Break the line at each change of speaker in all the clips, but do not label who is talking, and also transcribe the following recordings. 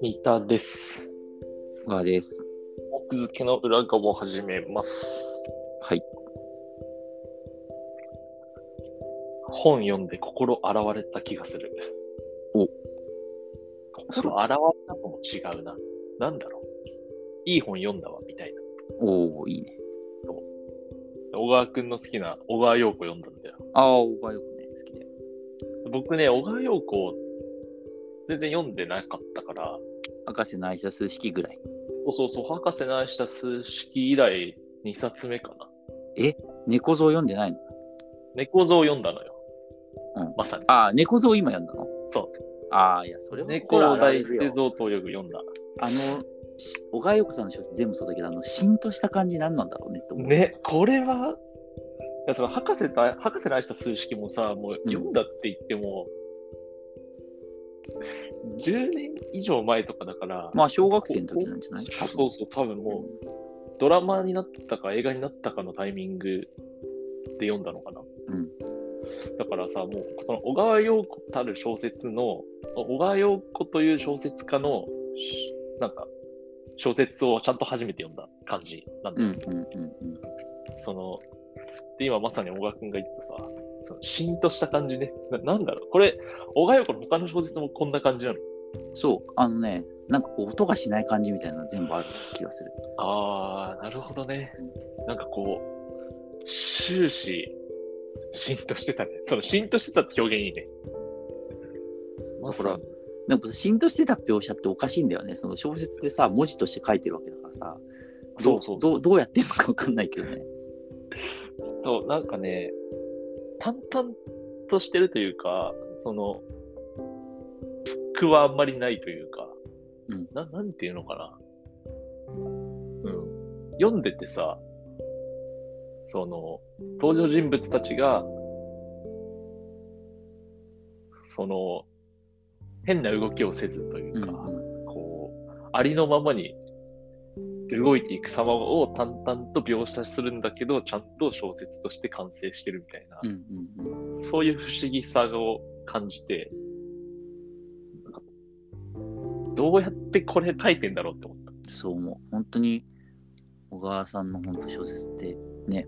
三田です。
まあです。
奥付けの裏側を始めます。
はい。
本読んで心洗われた気がする。
お
心洗われたとも違うな。なんだろう。いい本読んだわ、みたいな。
おおいいね。
小川くんの好きな小川陽子読んだんだよ。
ああ、おがよくね、好きだよ。
僕ね、小川陽子、全然読んでなかったから、
博士の愛車数式ぐらい。
そうそうそう、博士の愛した数式以来2冊目かな。
猫像読んでないの
猫像を読んだのよ。
うん
まさに。
ああ、猫像今読んだの。
そう
ああ、いや、それは
猫を大事で
よ。
贈答力読んだ。
あの、し小川よ子さんの小説全部そうだけど、あの、しんとした感じなんなんだろうねって思う。
ね、これは、いやその博士と博士の愛した数式もさ、もう読んだって言っても、10年以上前とかだから、
まあ、小学生の時なんじゃない多分
そうそう、多分もう、ドラマになったか映画になったかのタイミングで読んだのかな。
うん
だからさ、もう、その小川陽子たる小説の、小川陽子という小説家の、しなんか、小説をちゃんと初めて読んだ感じなんだ
う
よ
んうんうんうん。
その、で、今まさに小川くんが言ったさ、その、しんとした感じね。ななんだろうこれ、小川陽子の他の小説もこんな感じなの
そう、あのね、なんかこう、音がしない感じみたいなの全部ある気がする。
ああ、なるほどね。なんかこう、終始、浸透してたね。その浸透してたって表現いいね。
だから、なんか浸透してた描写っておかしいんだよね。その小説でさ、文字として書いてるわけだからさ、
そ
ど
うそうそ
どうどうやってるのかわかんないけどね。
うそう。なんかね、淡々としてるというか、その、服はあんまりないというか、
うん
ななんていうのかな。うん。読んでてさ、その、登場人物たちが、その、変な動きをせずというか、こう、ありのままに動いていく様を淡々と描写するんだけど、ちゃんと小説として完成してるみたいな、
うんうんうん
そういう不思議さを感じて、なんかどうやってこれ書いてんだろうって思った。
そう思う。本当に、小川さんの本当小説ってね、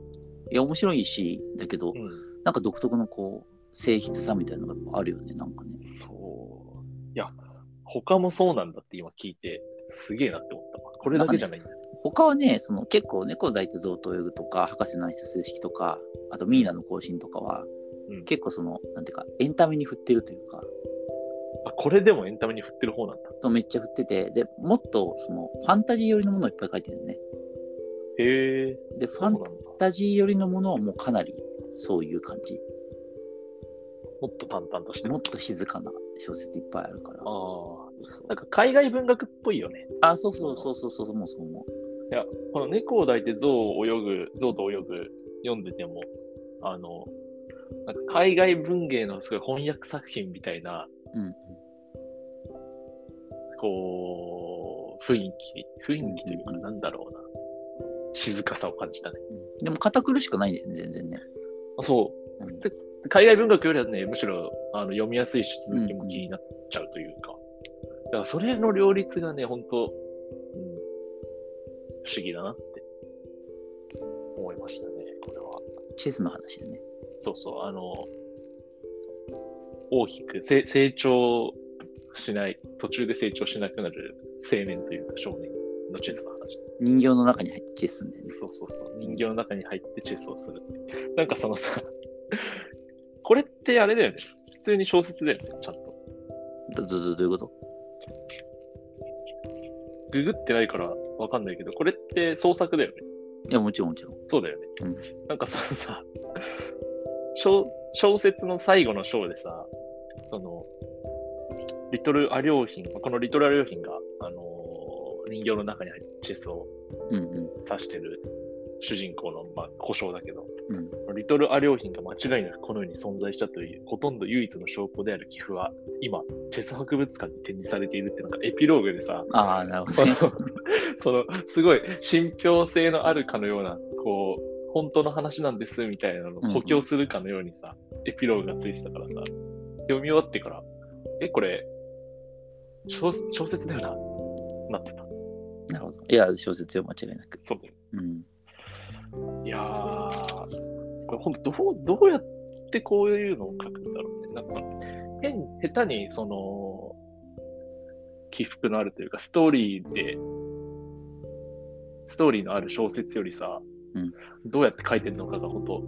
いや、面白いし、だけど、
うん、
なんか独特のこう、性質さみたいなのがやっぱあるよね、なんかね。
そう。いや、他もそうなんだって今聞いて、すげえなって思ったわ。これだけじゃないんだ。
他はね、その結構、猫を抱いて贈答泳ぐとか、博士の挨拶数式とか、あとミーナの行進とかは、
うん
結構その、なんていうか、エンタメに振ってるというか、
あこれでもエンタメに振ってる方なんだ。
そうめっちゃ振ってて、で、もっとその、ファンタジー寄りのものをいっぱい書いてるよね。
へえ。
で、フ
そ
ァ
う
ン
なんだ。
ファンタジー寄りのものはもうかなりそういう感じ。
もっと淡々としてる
もっ。と静かな小説いっぱいあるから。
あ
そうそう
あ。なんか海外文学っぽいよね。
あ、そうそうそうそうそう、もうそう思う。
いや、この猫を抱いて象を泳ぐ、象と泳ぐ、読んでても、あの、なんか海外文芸のすごい翻訳作品みたいな、
うんうん。
こう、雰囲気、雰囲気というか、
うんうん
なんだろうな、静かさを感じたね。
でも堅苦しくないんだよね、全然ね。。
あそううんで海外文学よりはね、むしろあの読みやすいし、続きも気になっちゃうというか、だからそれの両立がね、本当、うん、不思議だなって思いましたね、これは。
チェスの話だね。
そうそう、あの、大きくせ成長しない、途中で成長しなくなる青年というか少年のチェスの話。
人形の中に入ってチェスすんだよね。
そうそうそう、人形の中に入ってチェスをする。なんかそのさ、これってあれだよね。普通に小説だよね、ちゃんと。
どどどどういうこと
ググってないからわかんないけど、これって創作だよね。
いや、もちろんもちろん。
そうだよね。
うん
なんかそのさ、 小小説の最後の章でさ、その、リトルアリョーヒン、このリトルアリョーヒンが、あのー人形の中に入ってチェスを
うんうん。
指してる主人公の、まあ、故障だけど、
うん
リトルアリョーヒンが間違いなくこの世に存在したという、ほとんど唯一の証拠である寄付は、今、チェス博物館に展示されているってなんかエピローグでさ、
あ あ、なるほ
そ
ど
の
ね。、
そのすごい信憑性のあるかのような、こう、本当の話なんですみたいなのを補強するかのようにさ、エピローグがついてたからさ、読み終わってから、え、これ、小小説だよな、なってた。
なるほど。いや、小説よ、間違いなく。
そうだよ
うん。
いやー、これ本当どう、どうやってこういうのを書くんだろうね。なんかその、変、下手にその、起伏のあるというか、ストーリーで、ストーリーのある小説よりさ、
うん
どうやって書いてるのかが本当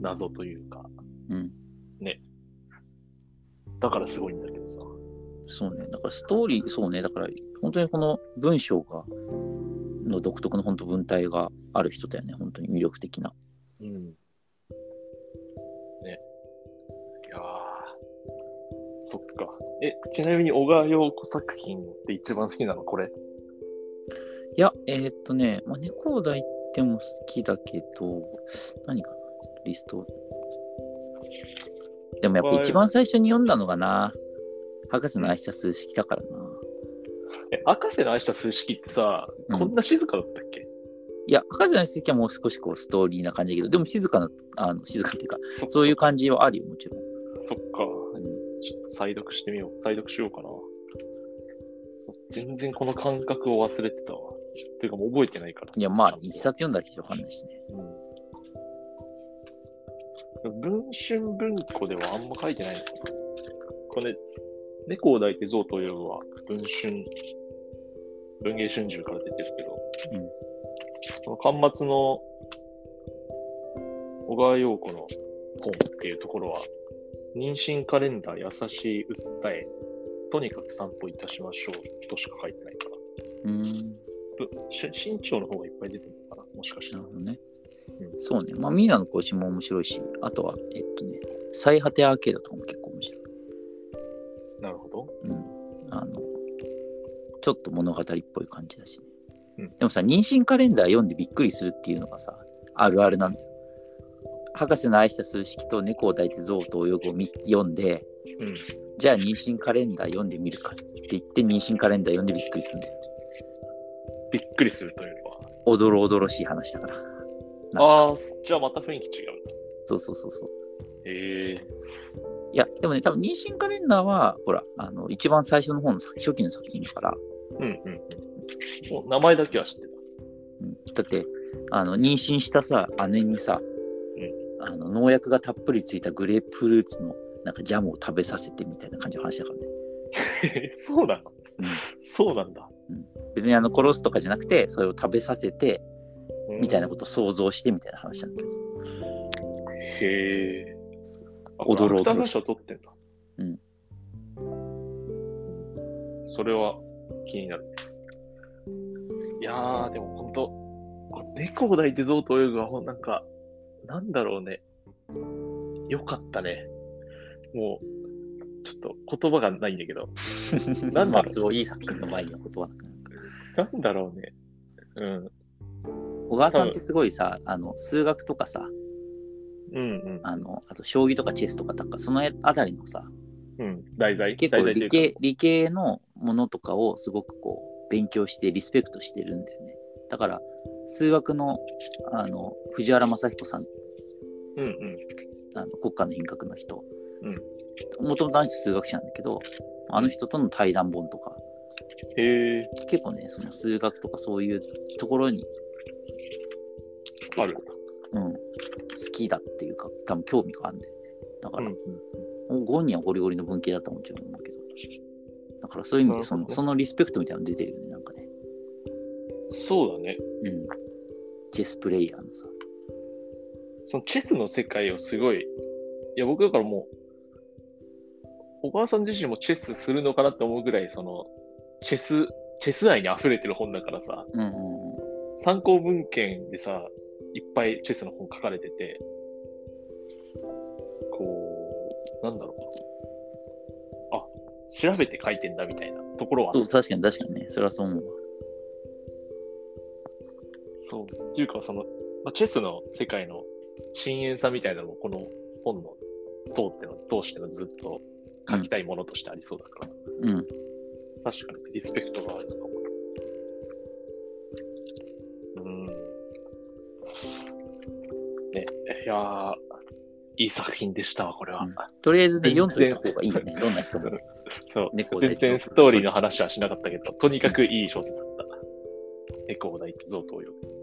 謎というか、
うん
ね。だからすごいんだけどさ。
そうね。だからストーリー、そうね。だから、本当にこの文章が、の独特の本当文体がある人だよね。本当に魅力的な。
うん。ね。いやーそっか。え、ちなみに小川洋子作品って一番好きなのこれ。
いや、えーっとね、まあ、猫を抱いても好きだけど、何かな、ちょっとリストを。でもやっぱ一番最初に読んだのがな、博士の愛車数式だからな。
え、博士の愛した数式ってさ、
うん
こんな静かだったっけ、
いや、博士の愛車数式はもう少しこうストーリーな感じだけど、でも静かな、あの静かっていうか、
そ
そういう感じはあるよ、もちろん。
そっか。
うん
ちょっと再読してみよう。再読しようかな。全然この感覚を忘れてたわ。っていうかもう覚えてないから。
いや、まあ、
ちゃん
一
と
冊読んだらわかんないしね。
うん文春文庫ではあんま書いてないのかな。これ、猫を抱いて象と呼ぶは文春、文芸春秋から出てるけど、この巻末の小川陽子の本っていうところは、妊娠カレンダー優しい訴え、とにかく散歩いたしましょうとしか書いてないから。
うん、
ぶし新潮の方がいっぱい出てるのかな、もしかし
な
た
る
ら
ほ。どね
う。
そうね、まあ、ミーナの更新も面白いし、あとは、えっとね、最果てアーケードとかも結構面白い。
なるほど。
うん、あのちょっと物語っぽい感じだしね、
うん
でもさ妊娠カレンダー読んでびっくりするっていうのがさあるあるなんだよ博士の愛した数式と猫を抱いて象と泳ぐを見読んで
うん。
じゃあ妊娠カレンダー読んでみるかって言って妊娠カレンダー読んでびっくりするんだよ
びっくりするというのは。
おどろおどろしい話だからなんか
ああ、じゃあまた雰囲気違うんだ。
そうそうそうそう
へえ。
いやでもね多分妊娠カレンダーはほらあの一番最初の方の作初期の作品だから
うんうんうん。お名前だけは知って
うんだってあの妊娠したさ姉にさ、あの農薬がたっぷりついたグレープフルーツのなんかジャムを食べさせてみたいな感じの話だからね
た。 へえそうなの、
うん
そうなんだ。
別にあの殺すとかじゃなくてそれを食べさせてみたいな
こ
ことを想像してみたいな話なんだけど、
と。へえ。あ
驚
これ
驚
芥川賞取ってんだ。
うん。
それは気になる。いやー、でも本当、これ猫を抱いて象と泳ぐは、ほんなんか、なんだろうね。よかったね。もう、ちょっと言葉がないんだけど、な
な
んんだろう
まあすごいいい作品の前には言葉なくなるから
なんだろうね。うん。
小川さんってすごいさあの数学とかさ
うん
あのあと将棋とかチェスとかなんかそのあたりのさ
うん。うん。題材
結
題
構
材とい
理
うか
系理系のものとかをすごくこう勉強してリスペクトしてるんだよねだから数学のあの藤原正彦さん
うんうん。
あの国家の品格の人
うん
もともとあの人数学者なんだけどあの人との対談本とか
へえ。
結構ねその数学とかそういうところに、
ある。
うん、好きだっていうか多分興味があるんだよねだか
うん
ら
う、ん。
ゴンにはゴリゴリの文系だとはもちろん思うけどだからそういう意味でそ
なる
の
ほどね
そのリスペクトみたいなの出てるよねなんかね
そうだね。
うん。チェスプレイヤーのさ。
そのチェスの世界をすごい、いや、僕だからもう、小川さん自身もチェスするのかなって思うぐらい、その、チェス、チェス愛に溢れてる本だからさ、
うんうんうん。
参考文献でさ、いっぱいチェスの本書かれてて、こう、なんだろう。あ、調べて書いてんだみたいなところはあ
そ
る
う、確かに確かにね。それはそう思うわ。
そう。っていうか、その、まあ、チェスの世界の深淵さみたいなのも、この本の通っての、通してのずっと書きたいものとしてありそうだから、
うん。
確かにリスペクトがあると思う。うーん。いやー、いい作品でしたわ、これは。
うんとりあえずね、
全然
読んどいた方がいいよね。どんな人 も。
そう
猫
全然ストーリーの話はしなかったけど、とにかくいい小説だった。猫を抱いて贈答用。